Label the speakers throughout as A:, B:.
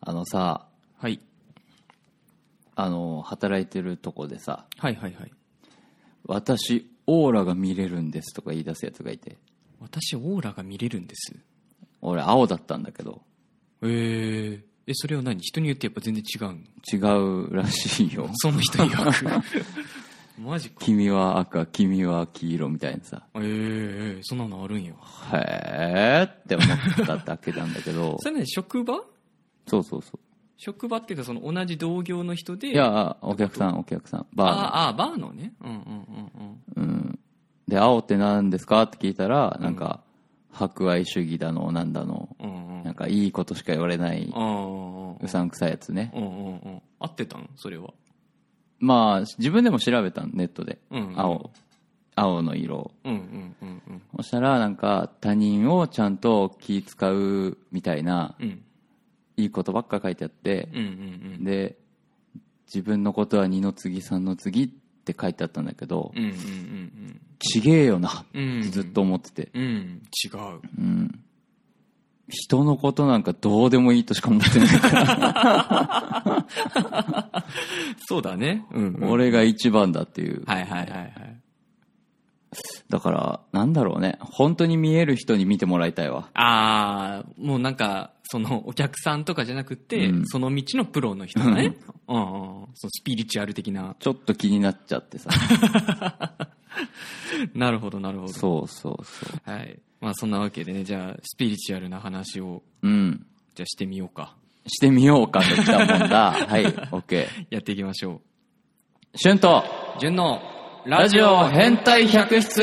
A: あのさ、
B: はい。
A: あの、働いてるとこでさ、
B: はいはいはい。
A: 私、オーラが見れるんですとか言い出すやつがいて、
B: 私、オーラが見れるんです。
A: 俺、青だったんだけど、
B: えー、え、それは何人によってやっぱ全然違うの
A: 違うらしいよ。
B: その人によく。 マジか。え
A: 君は赤、君は黄色みたいなさ、
B: ー、えー、そんなのあるんや。
A: へーって思っただけなんだけど
B: 、それね、職場
A: そうそうそ
B: 職場っていうか、その同じ同業の人で。
A: う。いや、お客さん、お客さん、
B: あー、
A: バ
B: あーバーのね。うんうんうんうん。
A: ーの。うん。で、青って何ですかって聞いたら、なんか、博愛主義だの、なんだの、
B: うんうん。
A: なんかいいことしか言われない、
B: あー
A: うさんくさいやつね。
B: うんうんうん。合ってたのそれは。
A: まあ、自分でも調べたの、ネットで。
B: うん、うん。
A: 青。青の色を。
B: うんうんうんうん。
A: そしたら、なんか、他人をちゃんと気使うみたいな、
B: うん。
A: いいことばっか書いてあって、
B: うんうん
A: で、自分のことは二の次、三の次って書いてあったんだけど、
B: うん。うんうんうん
A: ちげえよな、
B: うん。うん。
A: ずっ。と思ってて。
B: うん。違う。
A: うん。人のことなんかどうでもいいとしか思ってない。
B: そうだね。うん、うん。
A: 俺が一番だっていう。
B: はいはいはいはい。
A: だから、なんだろうね。本当に見える人に見てもらいたいわ。
B: ああ、もうなんか、そのお客さんとかじゃなくて、
A: うん
B: その道のプロの人ね。うんうん。そのスピリチュアル的な。
A: ちょっと気になっちゃって さ。
B: なるほどなるほど。
A: そうそうそう。
B: はい。まあそんなわけでね、じゃあスピリチュアルな話を、
A: うん。
B: じゃあしてみようか。
A: してみようかとき たもんだ。はい、オッケ
B: やっていきましょ
A: ー。シュンと、
B: う。順の
A: ラジオ変態百室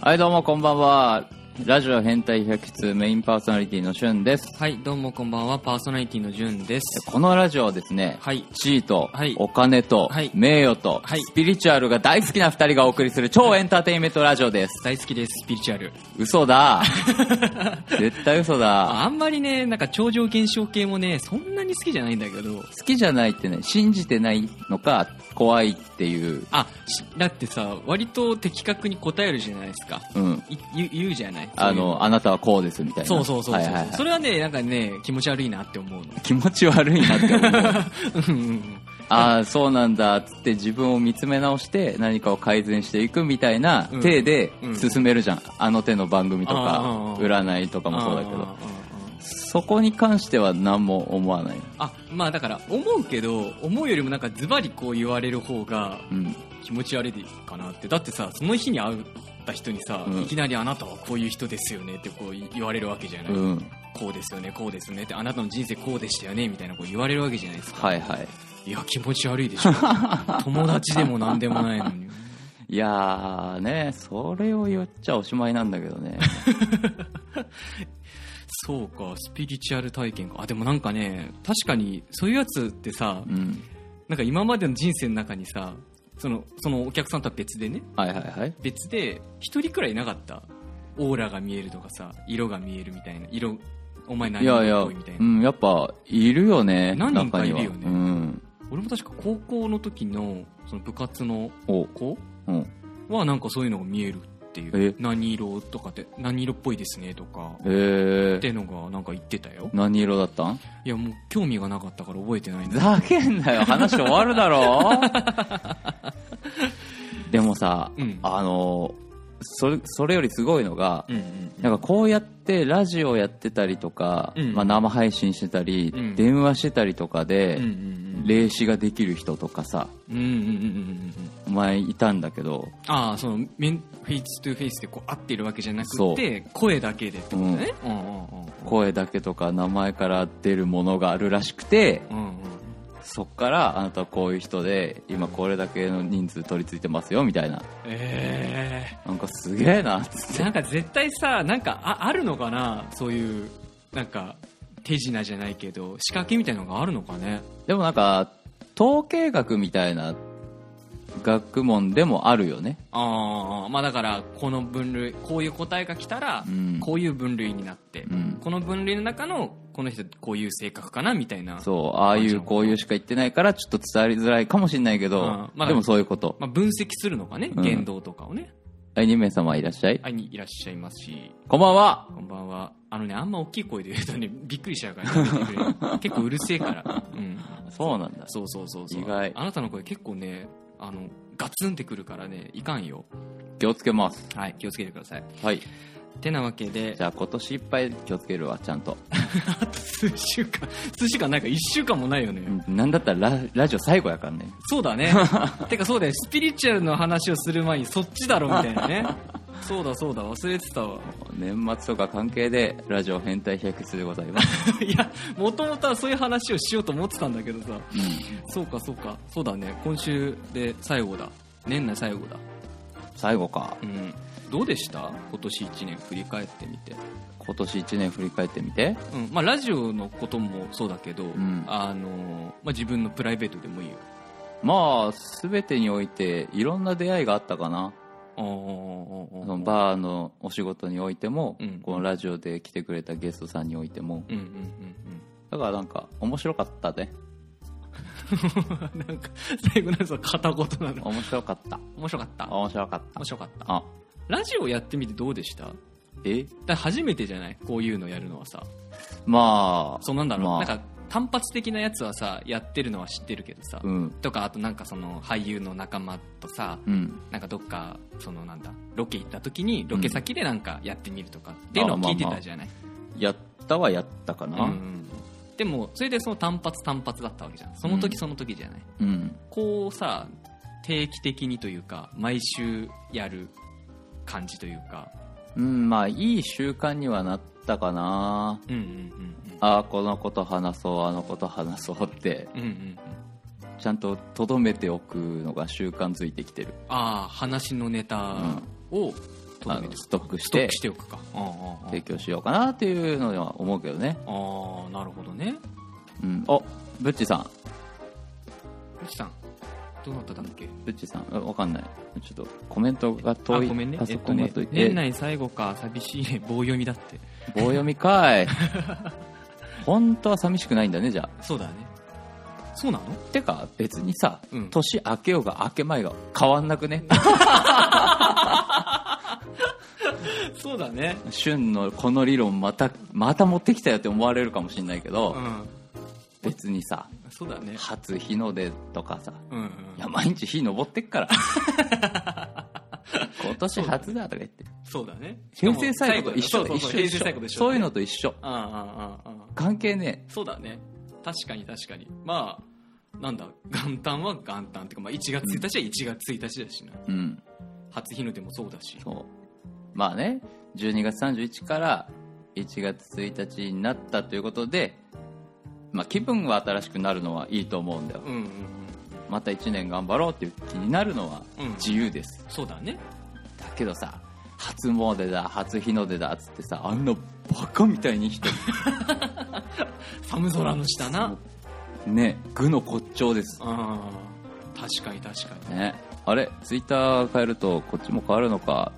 A: はい、どうもこんばんは。ラジオ変態百室メインパーソナリティのシュンです。
B: はい、どうもこんばんは。パーソナリティの順です。
A: このラジオはですね、
B: はい。
A: 地位と、
B: はい
A: お金と、
B: はい
A: 名誉と、
B: はい
A: スピリチュアルが大好きな二人がお送りする超エンターテインメントラジオです。
B: 大好きです、スピリチュアル。
A: 嘘 だ。絶対嘘だ。
B: ああんまりね、なんか超常現象系もね、そんなに好きじゃないんだけど、
A: 好きじゃないってね、信じてないのか、怖いっていう、
B: あ、しだってさ、割と的確に答えるじゃないですか。
A: うん。
B: い言う言うじゃない
A: あの、あなたはこうですみたいな。
B: そういうのそうそうそうそ
A: はい
B: う、
A: はいはい
B: それはね、なんかね、気持ち悪いなって思うの。
A: 気持ち悪いなって思 う。
B: うんうんうん
A: ああ、そうなんだ、つって自分を見つめ直して何かを改善していくみたいな
B: うん
A: 手で
B: うん
A: 進めるじゃん。あの手の番組と
B: あー
A: か
B: あ、ー
A: 占いとかもそうだけ
B: あ
A: ど
B: ーあ。ー
A: そこに関しては何も思わない。
B: あーあまあだから、思うけど、思うよりもなんかズバリこう言われる方が
A: うん。
B: 気持ち悪いかなって。だってさ、その日に会った人にさ、
A: うん
B: いきなりあなたはこういう人ですよねってこう言われるわけじゃない、
A: うん。
B: こうですよね、こうですよねって、あなたの人生こうでしたよねみたいなこう言われるわけじゃないですか。
A: はいはい。
B: いや、気持ち悪 いでしょ。友達でも何でもないのに。
A: いやーね、それを言っちゃおしまいなんだけど ね。
B: そうか、スピリチュアル体験か。あ、でもなんかね、確かに、そういうやつってさ
A: う、ん。
B: なんか今までの人生の中にさ、その、そのお客さんとは別でね、
A: はいはいはい。
B: 別で、一人くらいいなかった。オーラが見えるとかさ、色が見えるみたいな、色、お前何
A: いやい
B: 色
A: や、
B: っ
A: う
B: ぽいみたいな。
A: ん、やっぱ、いるよね、
B: 何人か
A: 中にはい
B: るよね
A: うん。
B: 俺も確か高校の時の、その部活の
A: お、
B: 子
A: うん。
B: はなんかそういうのが見えるってい
A: え
B: う。何色とかって、何色っぽいですねとか、
A: え
B: っ
A: ー、
B: てのがなんか言ってたよ。
A: 何色だったん
B: いやもう興味がなかったから覚えてないんだ。
A: ざけんなよ、話終わるだ ろでもさ、
B: うん
A: あの、それ、それよりすごいのが、
B: うんうん。
A: なんかこうやってラジオやってたりとか、
B: うん
A: まあ、生配信してたり、
B: うん
A: 電話してたりとか
B: うん
A: で、
B: うん
A: 霊視ができる人とかさ
B: うんうんうんうんうんうん
A: お前いたんだけど
B: ああその面フェイストゥフェイスでこう合ってるわけじゃな
A: そ
B: く
A: う
B: て声だけでってことねうんうん
A: 声だけとか名前から出るものがあるらしくて
B: うんうん
A: そっからあなたはこういう人で今これだけの人数取り付いてますよみたいな
B: え
A: なんかすげえなっつっ
B: えなんか絶対さなんかああるのかなそういうなんか手品じゃないけど仕掛けみたいなのがあるのかね
A: てでもなんか統計学みたいな学問でもあるよね。
B: ああまあだからこの分類こういう答えが来たら
A: うん
B: こういう分類になって、
A: ん
B: この分類の中のこの人こういう性格かなみたいな
A: そう、ああいうこういうしか言ってないから、ちょっと伝わりづらいかもしれないけど
B: あ、まあ
A: でもそういうこと。
B: まあ、分析するのがね
A: うん
B: 言動とかをね、
A: はい、2名様いらっしゃい。
B: あいにいらっしゃいますし
A: こんばんは。
B: こんばんはあのねあんま大きい声で言うとねびっくりしちゃうから、ね、見てくれ る結構うるせえから、うん、
A: そうなんだ。
B: そうそうそうそう
A: 意外
B: あなたの声結構ねあのガツンってくるからねいかんよ
A: 気をつけます。
B: はい気をつけてください
A: はい。
B: てなわけで
A: じゃあ今年いっぱい気をつけるわ、ちゃんと。
B: 数週間数週間なんか1週間もないよね、
A: うんなんだったらララジオ最後やからね。
B: そうだ ねてかそうだよスピリチュアルの話をする前にそっちだろみたいなねそうだそうだ忘れてたわ
A: 年末とか関係で、ラジオ変態百出でござい ます。
B: いやもともとはそういう話をしようと思ってたんだけどさ
A: うん
B: そうかそうかそうだね今週で最後だ年内最後だ
A: 最後か。
B: うんどうでした今年1年振り返ってみて
A: 今年1年振り返ってみて。
B: うんまあ、ラジオのこともそうだけど、
A: ん
B: あのまあ、自分のプライベートでもいいよ
A: まあ、すべてにおいて、いろんな出会いがあったかな。
B: あー
A: そのバーのお仕事においても、
B: うん
A: このラジオで来てくれたゲストさんにおいても、
B: うんうん
A: だからなんか、面白かったね。
B: うんうん なんか最後のさ片言なの
A: 面白かった。
B: 面白かった
A: 面白かった
B: 面。白かった
A: あ、
B: ラジオやってみてどうでした
A: え
B: だ初めてじゃないこういうのやるのはさ
A: まあ、
B: そうなんだろう、
A: まあ
B: なんか単発的なやつはさやってるのは知ってるけどさ、
A: うん、
B: とかあとなんかその俳優の仲間とさ
A: うん。
B: なんかどっかそのなんだロケ行った時にロケ先でなんかやってみるとかっていうのを聞いてたじゃない、
A: やったはやったかな。
B: うんでもそれでその単発単発だったわけじゃんその時その時じゃない、
A: うん。
B: こうさ定期的にというか毎週やる感じというか
A: うん、まあ、いい習慣にはなったかな。
B: うんうん
A: ああ、このこと話そう、あのこと話そうって、
B: うんうんうんうん
A: ちゃんととどめておくのが習慣づいてきてる。
B: ああ話のネタをと
A: あ
B: どめ
A: の
B: て
A: ストック
B: ス
A: し
B: トッ
A: て
B: クしておくかあああ
A: 提供しようかなっていうのは思うけどね。
B: あああなるほどね
A: うん。お、ブッチさん。
B: ゆきさんどうなったんだっけ
A: ブッチさん、あわかんない。ちょっとコメントが
B: あ
A: 遠い。
B: ごめんね
A: パ
B: え
A: ソ
B: っ
A: コ
B: と
A: ンが
B: ね
A: 遠い。
B: 年内最後か寂しいね棒読みだって
A: え棒読みかい。 本当は寂しくないんだね、じゃ
B: そうだねそうなの
A: あ。てか、別にさ、
B: うん
A: 年明けようが明けまいが変わんなくね。
B: そうだね
A: 旬のこの理論また、また持ってきたよって思われるかもしれないけど、
B: うん
A: 別にさ、
B: そうだね
A: 初日の出とかさ、
B: うんうん
A: いや、毎日日登ってっ から。今年初だとか言って。
B: そうだね
A: 平成最後と一緒
B: そうそう
A: 一
B: そう
A: 緒
B: 平
A: 一
B: 成
A: 緒
B: 最後でしょ
A: そういうのと一緒。
B: ああああああ
A: 関係ね
B: そうだね確かに確かにまあなんだ元旦は元旦っていうか、まあ、1月1日は1月1日だしな、
A: え。うん。
B: 初日の出もそうだし
A: そう。まあね、12月31から1月1日になったということで、まあ気分は新しくなるのはいいと思うんだよ。
B: うんうんうん
A: また1年頑張ろうっていう気になるのは
B: うん
A: 自由です。
B: そうだね
A: だけどさ、初詣だ、初日の出だっつってさ、あんなバカみたいに 人、
B: 寒空の下な
A: ね、愚の骨頂です。
B: ああ確かに確かに
A: ね、あれツイッター変えるとこっちも変わるのか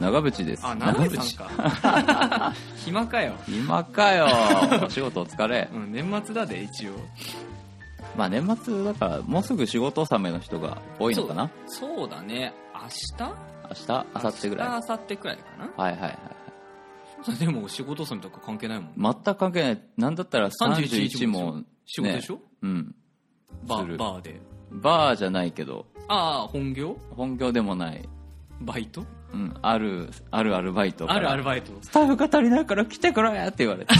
A: 長渕です
B: あ長渕さんか暇かよ、
A: 今かよお仕事お疲れ
B: うん、年末だで一応
A: まあ年末だからもうすぐ仕事納めの人が多いのかな
B: そうそうだね明日
A: 明日明後日ぐらい
B: 明
A: は
B: 日明後日くらいかない
A: はいはい
B: そうでも仕事さんとか関係ないもん
A: 全く関係ないなんだったら31もね
B: 仕事でしょ、
A: うん
B: バ
A: する
B: ーバーで
A: バーじゃないけど
B: ああ本業
A: 本業でもない、
B: バイト
A: うん、あるあるアルバイトから
B: あるアルバイト
A: スタッフが足りないから来てくれって言わ れて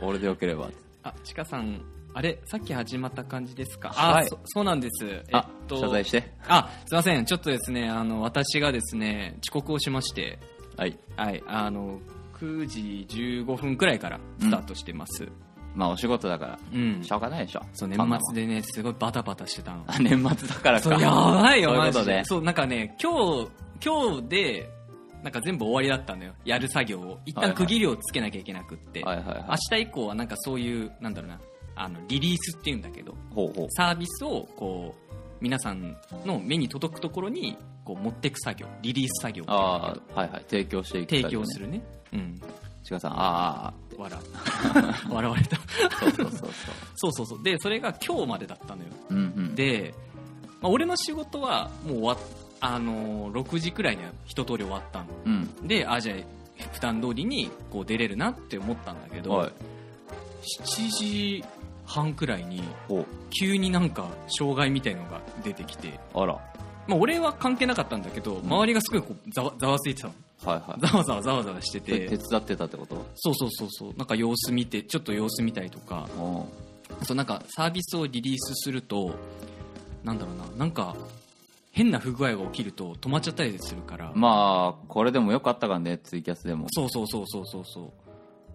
A: 俺でよければ
B: あちかさんあれさっき始まった感じですかあ、
A: はい
B: そそうなんですえ
A: あ
B: っと
A: 謝罪して
B: あすいませんちょっとですねあの私がですね遅刻をしまして
A: はい
B: はいあの9時15分くらいからスタートしてます
A: まあお仕事だから
B: うん、
A: しょうがないでしょ。
B: そう年
A: こんなもん
B: 末でねすごいバタバタしてたの
A: あ、年末だから
B: そう
A: か。
B: やばいよ
A: そうい
B: マ
A: うこ
B: ジ
A: と
B: で
A: で。
B: そうなんかね今日今日でなんか全部終わりだったのよやる作業を一
A: はいは
B: 旦
A: い
B: 区切りをつけなきゃいけなくって、
A: はいはいは
B: 明
A: い。
B: 日以降はなんかそういうなんだろうなあのリリースっていうんだけど
A: ほうほう。
B: サービスをこう皆さんの目に届くところにこう持っていく作業リリース作業っていうんだ
A: ああはいはい提供していく
B: けど提供するねうん
A: ちかさんああ
B: 笑 笑われた
A: そうそうそうそう
B: そうそうそうでそれが今日までだったのよ
A: うんうん
B: で、まあ、俺の仕事はもう終わっあのー6時くらいには一通り終わったの
A: うん
B: であじゃあ普段通りにこう出れるなって思ったんだけど、
A: はい
B: 7時半くらいに
A: お
B: 急になんか障害みたいのが出てきて、
A: あら
B: まあ、俺は関係なかったんだけど周りがすごいこうざわざわついてたの
A: はい はい
B: ざわざわざわざわして
A: で手
B: て
A: 伝ってたってこと
B: そうそうそうそうなんか様子見てちょっと様子見たりとか
A: お
B: そうなんかサービスをリリースするとなんだろうななんか変な不具合が起きると止まっちゃったりするから、
A: まあこれでもよかったかねツイキャスでも
B: そうそうそうそうそうそう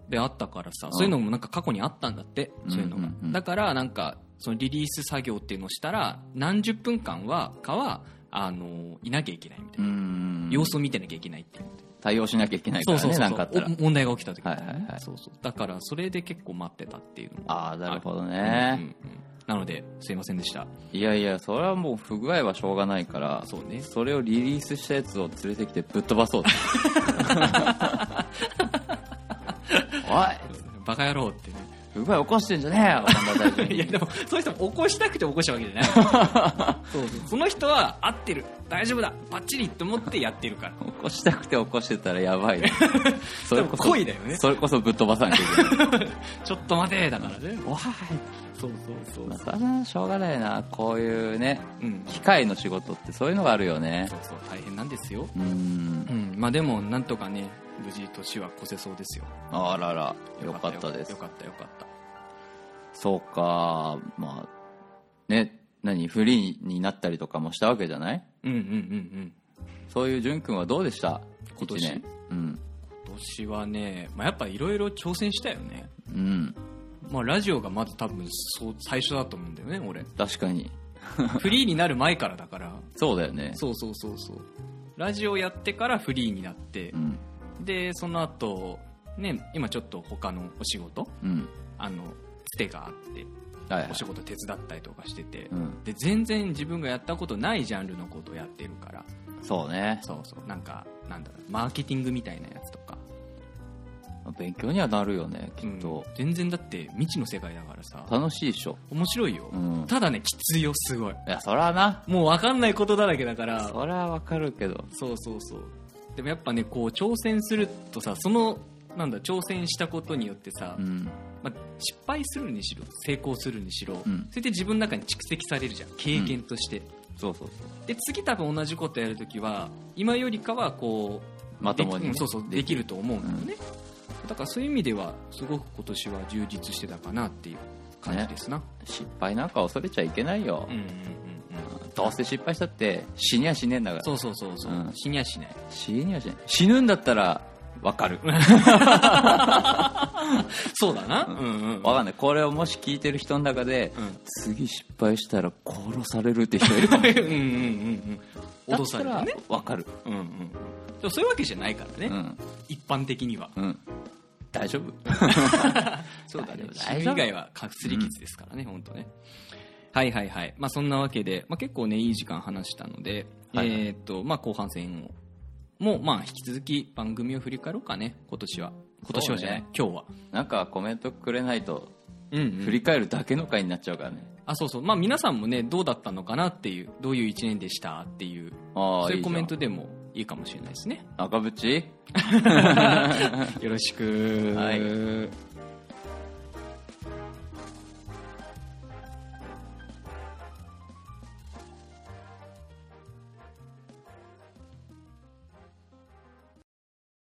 B: であったからさ、そういうのもなんか過去にあったんだってそういうのが、
A: うんうんうん
B: だからなんかそのリリース作業っていうのをしたら何十分間はかはあのいなきゃいけないみたいうな、
A: ん
B: 様子を見てなきゃいけないっていう
A: 対応しなきゃいけないか
B: そう
A: ら
B: そ
A: ねな
B: うそう
A: ん
B: そ
A: かあ
B: う
A: ったら
B: お問題が起きた時みたいなね、
A: はいはいはい
B: そうそうだからそれで結構待ってたっていうのも
A: ああなるほど
B: うんう
A: ね
B: んうんなのですいませんでした
A: いやいやそれはもう不具合はしょうがないから
B: そうね
A: それをリリースしたやつを連れてきてぶっ飛ば そうっておい
B: バカ野郎ってね
A: 不具合起こしてんじゃねえよ神田大臣
B: いやでもそういう人も起こしたくて起こしたわけじゃ ないそうそうその人は合ってる大丈夫だバッチリって思ってやってるから
A: 起こしたくて起こしてたらやばいねそ
B: でも恋だよね
A: それこそぶっ飛ばさなきゃい けない
B: ちょっと待てだからねわいそうそう
A: ま
B: そ
A: あ
B: う、
A: それはしょうがないなこういうね
B: うん、
A: 機械の仕事ってそういうのがあるよね
B: そうそう大変なんですよ、
A: うん
B: うん、まあでもなんとかね無事年は越せそうですよ
A: あららよかったです
B: よかったよかった
A: そうかまあね何フリーになったりとかもしたわけじゃない
B: うんうんうんうん
A: そういう淳君はどうでした
B: 今
A: 一
B: 年
A: 年うん
B: 今年はね、まあ、やっぱいろいろ挑戦したよね、
A: うん
B: まあ、ラジオがまず多分そう最初だと思うんだよね俺
A: 確かに
B: フリーになる前からだから
A: そうだよね
B: そうそうそうそうラジオやってからフリーになって
A: う、ん
B: でその後ね今ちょっと他のお仕事
A: うん
B: あのつてがあって
A: はいはい
B: お仕事手伝ったりとかしてて、
A: うん
B: で全然自分がやったことないジャンルのことをやってるから
A: そうね
B: そうそうなんかなんだろうマーケティングみたいなやつとか
A: 勉強にはなるよねき
B: う
A: っ
B: ん
A: と、
B: 全然だって未知の世界だからさ
A: 楽しいっしょ
B: 面白いよ、
A: うん
B: ただねきついよすごい
A: いやそらな
B: もう分かんないことだらけだから
A: そらわかるけど
B: そうそうそうでもやっぱねこう挑戦するとさそのなんだ挑戦したことによってさ、
A: うん
B: まあ、失敗するにしろ成功するにしろ、
A: うん
B: それで自分の中に蓄積されるじゃん経験として、
A: そうそうそう
B: で次多分同じことやるときは今よりかはこう
A: まともに
B: で
A: ね
B: きうんそうそうできると思うんだよね、だからそういう意味ではすごく今年は充実してたかなっていう感じですな、
A: 失敗なんか恐れちゃいけないよ
B: うん、うんうんうん
A: どうせ失敗したって死にゃしねえんだから
B: そうそうそうそう、
A: うん
B: 死にゃしない
A: 死にゃしねえ死ぬんだったらわ かる
B: そうだな、うんうんうん
A: わかんないこれをもし聞いてる人の中で、
B: うん
A: 次失敗したら殺されるって人いるかも
B: うんうんうんうん 脅され
A: だ
B: た
A: った
B: ね
A: らわかる
B: うんうんうんでもそういうわけじゃないからね、
A: うん
B: 一般的には
A: うん大丈 夫
B: そうだね
A: 大
B: 死
A: 丈夫
B: ぬ以外はかすり傷ですからね、本当ねはいはいはい、まあ、そんなわけで、まあ、結構ねいい時間話したので、
A: はいはい
B: えーっとまあ後半戦をもうまあ引き続き番組を振り返ろうかね今年は今年はじゃない、
A: そう
B: 今日は
A: なんかコメントくれないと
B: うん、
A: 振り返るだけの回になっちゃうからね、
B: あそうそうまあ皆さんもねどうだったのかなっていうどういう一年でしたっていう
A: ああ
B: そういう
A: い
B: コメント
A: い
B: でもいいかもしれないですね
A: じゃん赤縁
B: よろしく
A: はい